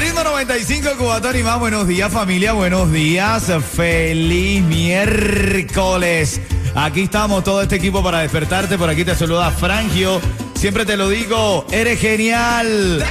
Ritmo 95 Cubatón y más. Buenos días, familia. Buenos días. Feliz miércoles. Aquí estamos, todo este equipo para despertarte. Por aquí te saluda Frangio. Siempre te lo digo, eres genial.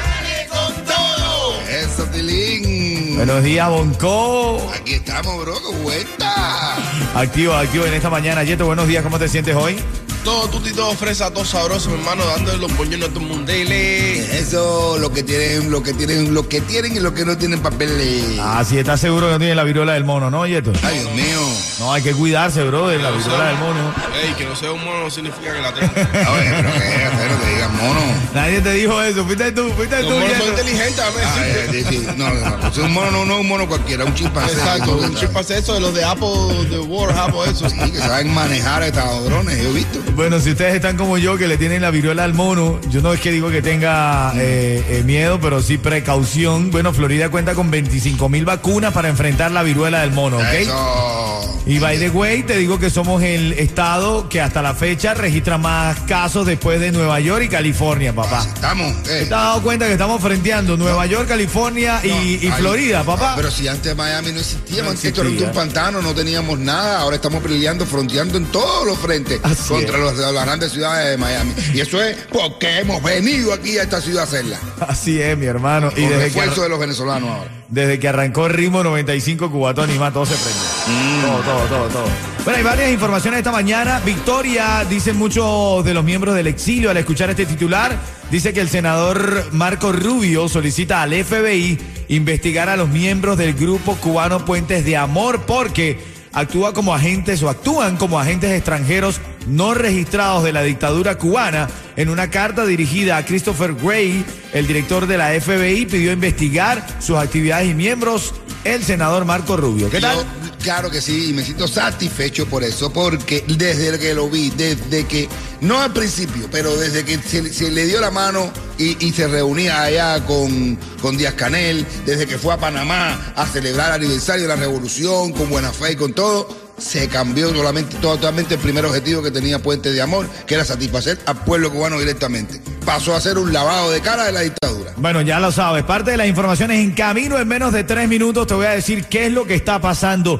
Eso, Tilín. Buenos días, Bonco. Aquí estamos, bro, con vuelta. Activo, activo en esta mañana. Yeto, buenos días. ¿Cómo te sientes hoy? Todo tuti, todo fresa, todo sabroso, mi hermano, dándole los puños a todo el mundo. Dele. Eso, lo que tienen, lo que tienen, lo que tienen y lo que no tienen papeles. Ah, sí, estás seguro que no tienes la viruela del mono, ¿no, Yeto? Ay, Dios mío. No, hay que cuidarse, bro, de la viruela del mono. Ey, que no sea un mono no significa que la tenga. A ver, pero que pero te digas mono. Nadie te dijo eso. Fuiste tú, fuiste Los tú, monos son Yeto. inteligentes, dame Ah, decirte. eh, sí, sí. No, no, no, un mono no, no un mono cualquiera, un chimpancé. Exacto, Sí, un chip hace eso de los de Apple, de Word, Apple, eso. Sí, que saben manejar a estos drones, yo he visto. Bueno, si ustedes están como yo, que le tienen la viruela al mono, yo no es que digo que tenga eh, eh, miedo, pero sí precaución. Bueno, Florida cuenta con 25 mil vacunas para enfrentar la viruela del mono, ¿ok? Eso. Y by the way, te digo que somos el estado que hasta la fecha registra más casos después de Nueva York y California, papá. Así estamos. eh. ¿Te has dado cuenta que estamos frenteando Nueva York, California y, y Ay, Florida, no, papá? pero si antes Miami no existía, No man, esto era un existía. pantano, no teníamos nada. Ahora estamos peleando, fronteando en todos los frentes Así contra los- las grandes ciudades de Miami. Y eso es porque hemos venido aquí a esta ciudad a hacerla. Así es, mi hermano. Y Con el desde que, esfuerzo arran- de los venezolanos ahora. desde que arrancó Ritmo 95 Cubatón y más, todo se prendió. Mm. Todo, todo, todo, todo. Bueno, hay varias informaciones esta mañana. Victoria, dicen muchos de los miembros del exilio al escuchar este titular, dice que el senador Marco Rubio solicita al FBI investigar a los miembros del grupo cubano Puentes de Amor porque actúa como agentes o actúan como agentes extranjeros no registrados de la dictadura cubana. En una carta dirigida a Christopher Gray, el director de la FBI pidió investigar sus actividades y miembros el senador Marco Rubio. ¿Qué tal? Yo, claro que sí, y me siento satisfecho por eso, porque desde que lo vi, desde que, no al principio, pero desde que se, se le dio la mano y, y se reunía allá con, con Díaz Canel, desde que fue a Panamá a celebrar el aniversario de la revolución, con buena fe y con todo. Se cambió solamente, totalmente el primer objetivo que tenía Puente de Amor, que era satisfacer al pueblo cubano directamente. Pasó a ser un lavado de cara de la dictadura. Bueno, ya lo sabes. Parte de las informaciones en camino en menos de tres minutos. Te voy a decir qué es lo que está pasando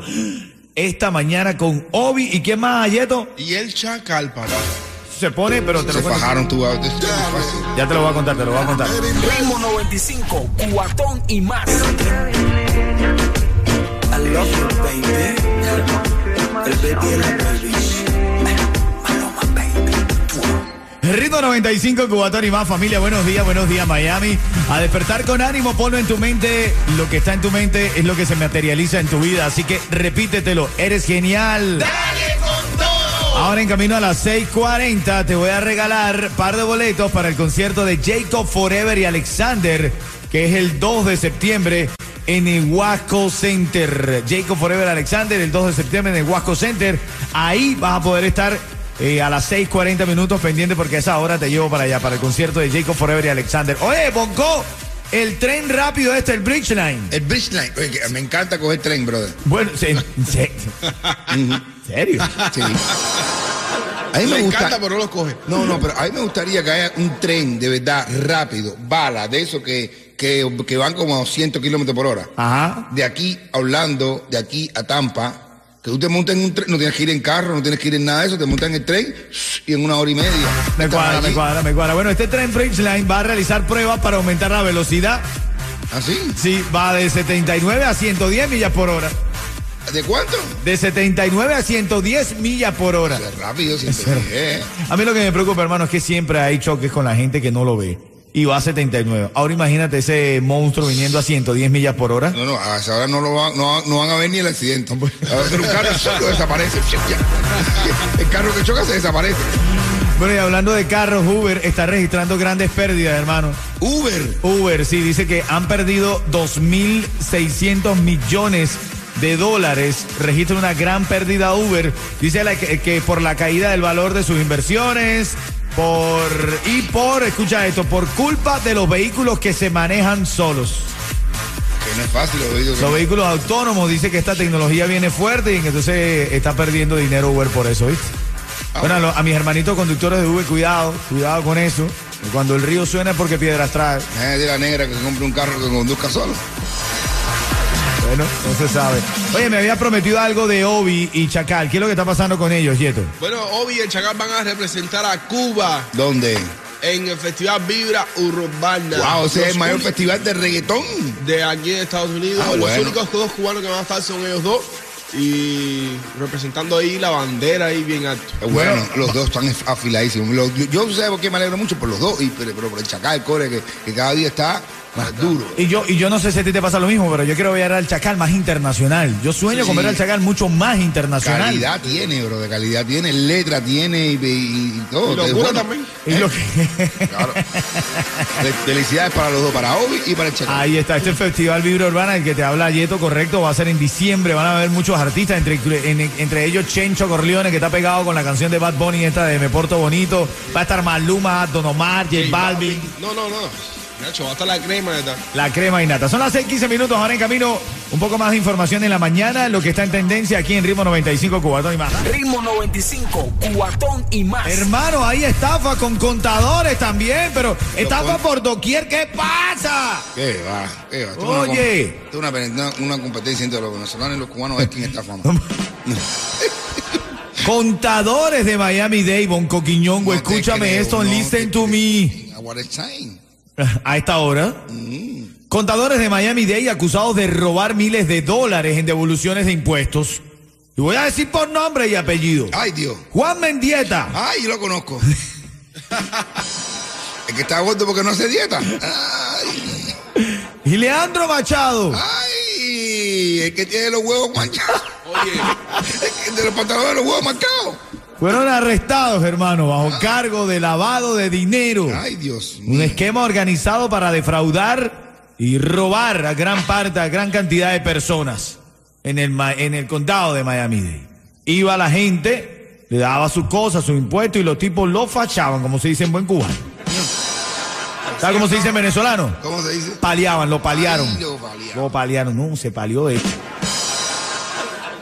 esta mañana con Obi. ¿Y quién más, Ayeto? Y el chacal, papá. Se pone, pero te Se lo cuento. fajaron tu Ya te lo voy a contar, te lo voy a contar. Ritmo 95, cuatón y más. I love you, baby. El baby era baby. Maloma, baby. Ritmo 95, Cubatón y más familia. Buenos días, buenos días, Miami. A despertar con ánimo, ponlo en tu mente. Lo que está en tu mente es lo que se materializa en tu vida. Así que repítetelo. Eres genial. Ahora en camino a las 6:40 te voy a regalar par de boletos para el concierto de Jacob Forever y Alexander, que es el 2 de septiembre en el Huasco Center. Jacob Forever Alexander, el 2 de septiembre en el Huasco Center. Ahí vas a poder estar eh, a las 6:40 minutos pendiente porque a esa hora te llevo para allá, para el concierto de Jacob Forever y Alexander. Oye, Bonco, el tren rápido este, el Bridge Line. El Bridge Line, oye, que me encanta coger tren, brother. Bueno, se- se- ¿en serio? Sí. A mí me Le gusta. encanta, pero no lo coge. No, no, pero a mí me gustaría que haya un tren de verdad rápido, bala, de esos que, que, que van como a 200 kilómetros por hora. Ajá. De aquí a Orlando, de aquí a Tampa, que tú te montes en un tren, no tienes que ir en carro, no tienes que ir en nada de eso, te montas en el tren y en una hora y media. Me Estás cuadra, me allí. cuadra, me cuadra. Bueno, este tren Bridgeline va a realizar pruebas para aumentar la velocidad. ¿Así? Sí, va de 79 a 110 millas por hora. ¿De cuánto? De 79 a 110 millas por hora. O sea, rápido, sin eh. A mí lo que me preocupa, hermano, es que siempre hay choques con la gente que no lo ve. Y va a 79. Ahora imagínate ese monstruo viniendo a 110 millas por hora. No, no, a esa hora no, lo van, no, no van a ver ni el accidente. A ver, un carro solo desaparece. El carro que choca se desaparece. Bueno, y hablando de carros, Uber está registrando grandes pérdidas, hermano. Uber. Uber, sí, dice que han perdido 2.600 millones de dólares. Registra una gran pérdida Uber. Dice la que, que por la caída del valor de sus inversiones, por y por, escucha esto, por culpa de los vehículos que se manejan solos. Que no es fácil los vehículos. Los vehículos autónomos, dice que esta tecnología viene fuerte y que entonces está perdiendo dinero Uber por eso, ¿viste? Bueno, a, lo- a mis hermanitos conductores de Uber, cuidado, cuidado con eso. Cuando el río suena es porque piedras trae. Nadie de la negra que compre un carro que conduzca solo. Bueno, no se sabe. Oye, me había prometido algo de Obi y Chacal. ¿Qué es lo que está pasando con ellos, Yeto? Bueno, Obi y el Chacal van a representar a Cuba ¿Dónde? en el Festival Vibra Urbana. Wow, ese es el Los mayor uni- festival de reggaetón. de aquí de Estados Unidos. Ah, Los bueno. únicos dos cubanos que van a estar son ellos dos. Y representando ahí la bandera ahí bien alto. Bueno, los dos están afiladísimos. Lo- yo, yo sé por qué me alegro mucho por los dos, y, pero, pero por el chacal, core, que, que cada día está más duro. Y yo, y yo no sé si a ti te pasa lo mismo, pero yo quiero ver al Chacal más internacional. Yo sueño Sí. con ver al Chacal mucho más internacional. Calidad tiene, bro, de calidad tiene, letra tiene y, y- y todo. Y locura Es bueno. también. Y lo que- Claro. Fel- Felicidades para los dos, para Obi y para el chacal. Ahí está, este festival Vibra Urbana, el que te habla Yeto, correcto, va a ser en diciembre, van a haber muchos artistas, entre, en- entre ellos Chencho Corleone, que está pegado con la canción de Bad Bunny, esta de Me Porto Bonito, va a estar Maluma, Don Omar, J Balvin, No, no, no. Nacho, hasta la crema de tal. La Crema y Nata. Son las 6.15 minutos, ahora en camino, un poco más de información en la mañana, lo que está en tendencia aquí en Ritmo 95 Cubatón y más. Ritmo 95, cuatón y más. Hermano, hay estafa con contadores también, pero estafa con- por doquier, ¿qué pasa? ¿Qué va? ¿Qué va? Esto es Oye. Una, com- esto es una, una- una competencia entre los venezolanos y los cubanos, es quien está fama. Contadores de Miami Dade, Coquiñongo, No te pues, escúchame creo, esto, no listen te to creo. me. What a time. A esta hora. Mm. Contadores de Miami Dade acusados de robar miles de dólares en devoluciones de impuestos. Y voy a decir por nombre y apellido. Ay, Dios. Juan Mendieta. Ay, yo lo conozco. es que está gordo porque no hace dieta. Ay, Y Leandro Machado. ay, el que tiene los huevos manchados. Oye, El que de los pantalones los huevos marcados. Fueron arrestados, hermano, bajo cargo de lavado de dinero. Ay, Dios Un mío. esquema organizado para defraudar y robar a gran parte, a gran cantidad de personas en el, ma- en el condado de Miami-Dade. Iba la gente, le daba sus cosas, sus impuestos y los tipos lo fachaban, como se dice en buen cubano. ¿Sabes cómo se dice en venezolano? ¿Cómo se dice? Paliaban, lo paliaron. Ay, lo paliaron. Lo paliaron, no, se palió de hecho.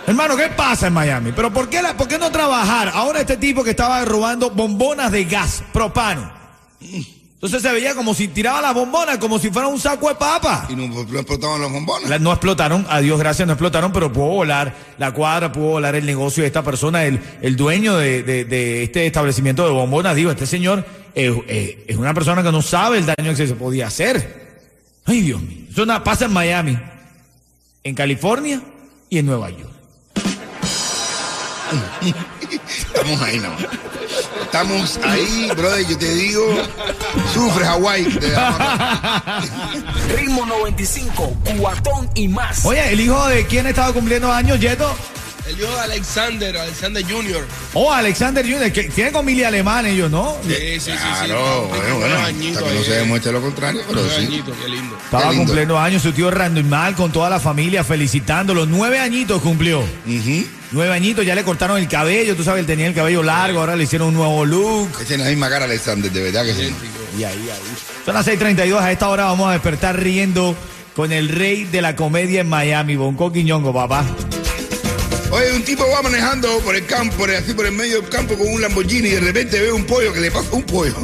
Hermano, ¿qué pasa en Miami? ¿Pero por qué, la- por qué no trabajar? Ahora este tipo que estaba robando bombonas de gas, propano. Mm. Entonces se veía como si tiraba las bombonas, como si fuera un saco de papa. Y no, no explotaban los bombones. La- no explotaron, a Dios gracias, no explotaron, pero pudo volar la cuadra, pudo volar el negocio de esta persona, el, el dueño de, de- de este establecimiento de bombonas. Digo, este señor es, es- es una persona que no sabe el daño que se podía hacer. Ay, Dios mío. Eso nada pasa en Miami, en California y en Nueva York. Estamos ahí, no. Estamos ahí, brother. Yo te digo, sufre Hawái. de la- Ritmo 95, cuatón y más. Oye, el hijo de quién estaba cumpliendo años, Yeto? el hijo de Alexander, Alexander Jr. Oh, Alexander Jr., que tiene con Mili Alemán ellos, ¿no? Sí, Ah, sí, sí, sí. Claro, bueno, bueno. Hasta que no eh. se demuestre lo contrario, pero sí. qué lindo. Estaba Qué lindo. cumpliendo años su tío Randumal con toda la familia felicitándolo. Nueve añitos cumplió. Ujú. Nueve añitos, ya le cortaron el cabello, tú sabes, él tenía el cabello largo, ahora le hicieron un nuevo look. Esa es la misma cara, Alexander, de verdad que sí. Y ahí, ahí. Son las 6.32, a esta hora vamos a despertar riendo con el rey de la comedia en Miami, Bonco Quiñongo, papá. Oye, un tipo va manejando por el campo, por- así por el medio del campo con un Lamborghini y de repente ve un pollo que le pasa un pollo.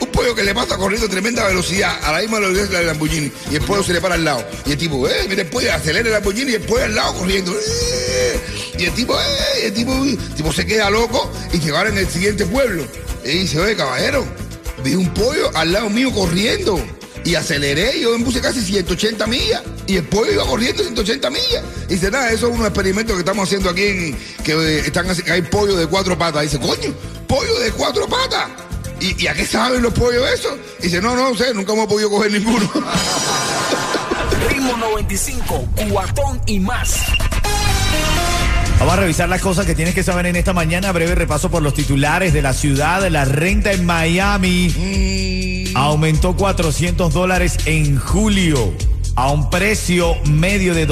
Un pollo que le pasa corriendo a tremenda velocidad, a la misma velocidad que la del Lamborghini. Y el pollo se le para al lado. Y el tipo, eh, mira el pollo, acelera el Lamborghini y el pollo al lado corriendo. ¡Eh! Y el tipo, eh, y el tipo, el tipo se queda loco y llegaron en el siguiente pueblo. Y dice, oye, caballero, vi un pollo al lado mío corriendo. Y aceleré, yo me puse casi 180 millas. Y el pollo iba corriendo 180 millas. Y dice, nada, eso es un experimento que estamos haciendo aquí, en- que, eh, están, haci- que hay pollo de cuatro patas. dice, coño, pollo de cuatro patas. ¿Y, y a qué saben los pollos eso? dice, no, no, sé, nunca hemos podido coger ninguno. Ritmo 95, cuatón y más. Vamos a revisar las cosas que tienes que saber en esta mañana. Breve repaso por los titulares de la ciudad. La renta en Miami Mm. aumentó 400 dólares en julio a un precio medio de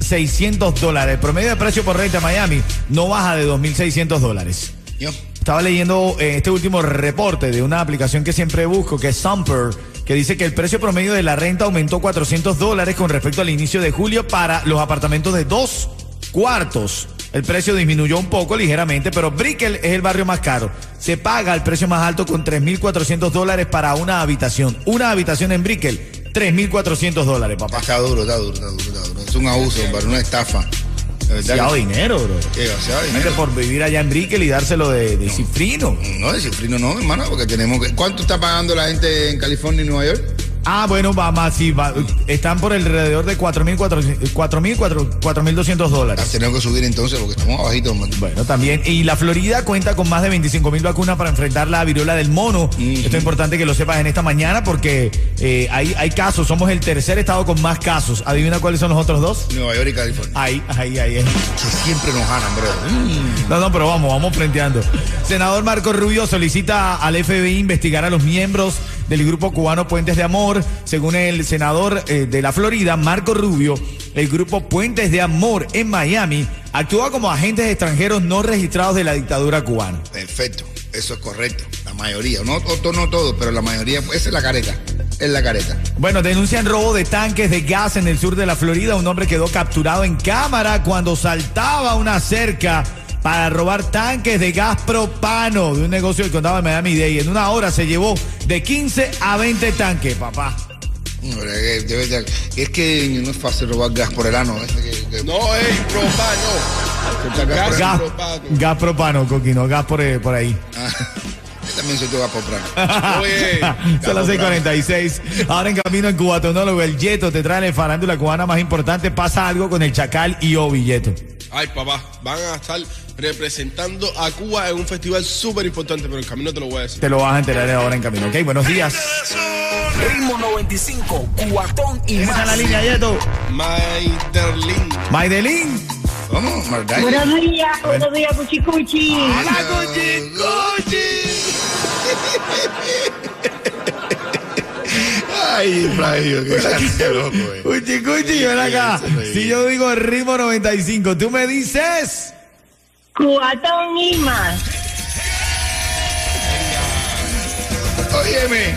2.600 dólares. El promedio de precio por renta en Miami no baja de 2.600 dólares. Yo. Estaba leyendo eh, este último reporte de una aplicación que siempre busco, que es Sumper, que dice que el precio promedio de la renta aumentó 400 dólares con respecto al inicio de julio para los apartamentos de dos cuartos. El precio disminuyó un poco ligeramente, pero Brickell es el barrio más caro. Se paga el precio más alto con 3.400 dólares para una habitación. Una habitación en Brickell, 3.400 dólares, papá. Está duro, está duro, está duro, está duro. Es un abuso, para una estafa. De verdad Demasiado que- dinero, bro. que demasiado Gente dinero. por vivir allá en Brickell y dárselo de, de cifrino. No, de cifrino no, hermano, porque tenemos que. ¿Cuánto está pagando la gente en California y Nueva York? Ah, bueno, va más, sí, va- están por alrededor de 4.400 4.400, 4.200 La dólares. tenemos que subir entonces porque estamos abajitos. man. Bueno, también. Y la Florida cuenta con más de 25.000 vacunas para enfrentar la viruela del mono. Esto es importante que lo sepas en esta mañana porque eh, hay, hay casos. Somos el tercer estado con más casos. ¿Adivina cuáles son los otros dos? Nueva York y California. Mm. Ahí, ahí, ahí. ahí. Ah, Que siempre nos ganan, bro. No, no, pero vamos, vamos frenteando. Senador Marco Rubio solicita al FBI investigar a los miembros del grupo cubano Puentes de Amor. Según el senador eh, de la Florida, Marco Rubio, el grupo Puentes de Amor en Miami actúa como agentes extranjeros no registrados de la dictadura cubana. Perfecto, eso es correcto. La mayoría, no, to- no todos, pero la mayoría. Esa es la careta. Es la careta. Bueno, denuncian robo de tanques de gas en el sur de la Florida. Un hombre quedó capturado en cámara cuando saltaba una cerca para robar tanques de gas propano de un negocio del condado de Miami-Dade. En una hora se llevó de 15 a 20 tanques, papá. Hombre, eh, debe de- Es que no es fácil robar gas por el ano. es que- que- No, eh, es propano. Gas Gas, propano. gas propano, Coquino, gas por, eh, por ahí. Ah, yo también soy tu gas por plano. Oye, Son las 6:46. Ahora en camino en Cubatonólogo, el Yeto te trae la farándula cubana más importante. Pasa algo con el Chacal y Obi Yeto. Ay, papá, van a estar representando a Cuba en un festival súper importante, pero en camino te lo voy a decir. Te lo vas a enterar ahora en camino, ¿ok? Buenos días. Ritmo 95, cuatón y Esa es más. la línea, Yeto. Maiderlin. Maydelín. Vamos, Margarita. Buenos días, buenos días, Cuchicuchi. ¡Hola, ¿eh? Cuchi, Ay, Flavio, qué grande loco, eh. Cuchi, cuchi, ven acá. Si yo digo ritmo 95, tú me dices. Cubatón y más. Óyeme,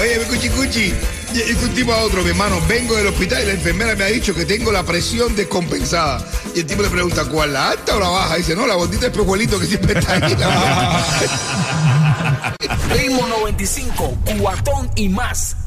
óyeme, cuchi cuchi. Y fue un tipo a otro, mi hermano, vengo del hospital y la enfermera me ha dicho que tengo la presión descompensada. Y el tipo le pregunta, ¿cuál, la alta o la baja? Y dice, no, la bondita es pejuelito que siempre está ahí, la baja. Ritmo 95, cuatón y más.